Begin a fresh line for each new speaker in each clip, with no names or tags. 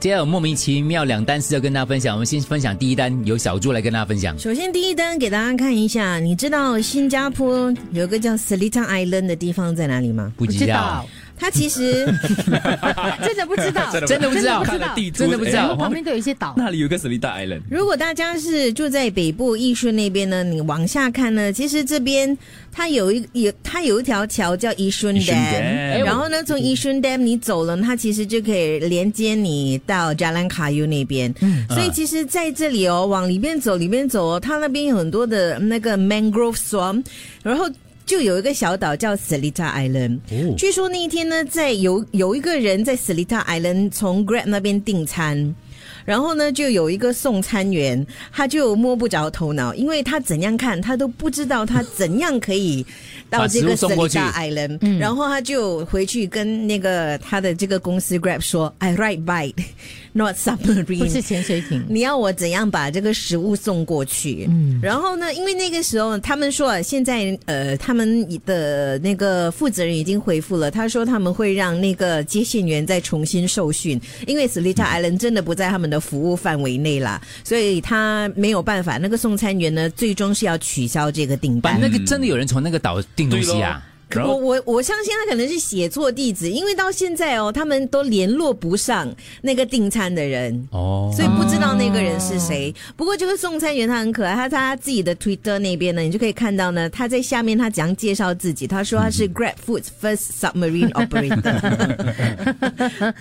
接下来有莫名其妙两单是要跟大家分享，我们先分享第一单，由小猪来跟大家分享。
首先，第一单给大家看一下，你知道新加坡有个叫 Seletar Island 的地方在哪里吗？
不知道，
它其实
真的不知道，
真的不知道，
真的不知道
真的不知道
我。旁边都有一些岛，
那里有一个 Salida Island，
如果大家是住在北部艺术那边呢，你往下看呢，其实这边它有一有它有一条桥叫 Yishun
Yishun
Dam，
Dam
然后呢，从 Yishun Dam 你走了，它其实就可以连接你到加兰卡尤那边。所以其实在这里哦，往里面走，里面走哦，它那边有很多的那个 mangrove swamp，然后。就有一个小岛叫 Salita Island，、
哦
据说那一天呢，在有有一个人在 Salita Island 从 Grab 那边订餐，然后呢，就有一个送餐员，他就摸不着头脑，因为他怎样看他都不知道他怎样可以到
把
这
食物
个
送过去
Salita Island，、然后他就回去跟那个他的这个公司 Grab 说，I ride bike, not
不是
submarine。
潜水艇。
你要我怎样把这个食物送过去？嗯，然后呢，因为那个时候他们说啊现在呃，他们的那个负责人已经回复了，他说他们会让那个接线员再重新受训，因为 Slita Island 真的不在他们的服务范围内啦，所以他没有办法。那个送餐员呢，最终是要取消这个订
把
单。
那个真的有人从那个岛订东西啊？
对咯然
我
后
我我相信他可能是写错地址，因为到现在哦，他们都联络不上那个订餐的人。
哦，
所以不知道那个人是谁。不过这个送餐员他很可爱，他在他自己的 Twitter 那边呢，你就可以看到呢，他在下面他怎样介绍自己，他说他
嗯
是 Grab Food First Submarine Operator，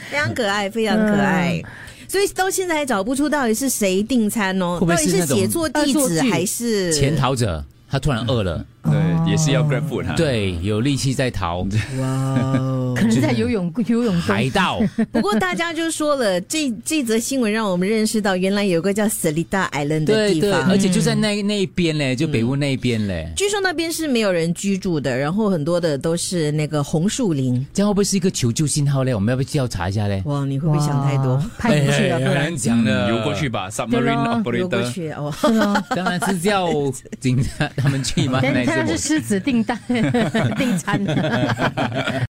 非常可爱，非常可
嗯
爱。所以到现在还找不出到底是谁订餐哦，
会不会
到底
是那
是
种
写错地
恶作
址
剧
还是
潜逃者他突然饿了，
对，也是要 Grab Food 哈。，
对，有力气在逃，
可能在游泳游泳中
海盗。
不过大家就说了，这这则新闻让我们认识到，原来有个叫 Salita Island 的
对
地
对，
方
而。且就在那那一边嘞，就北部那一边嘞，
据说那边是没有人居住的，然后很多的都是那个红树林。
这样会不会是一个求救信号嘞？我们要不要调查一下嘞？
哇，你会不会想太多？
哇，派出去了，不
很
然
难讲的，
嗯游过去。吧
对
，Submarine
咯
游过
Operator。
去哦，
当然是叫警察他们去嘛，
等
那
你看到
是
是
我。
狮子订单订餐。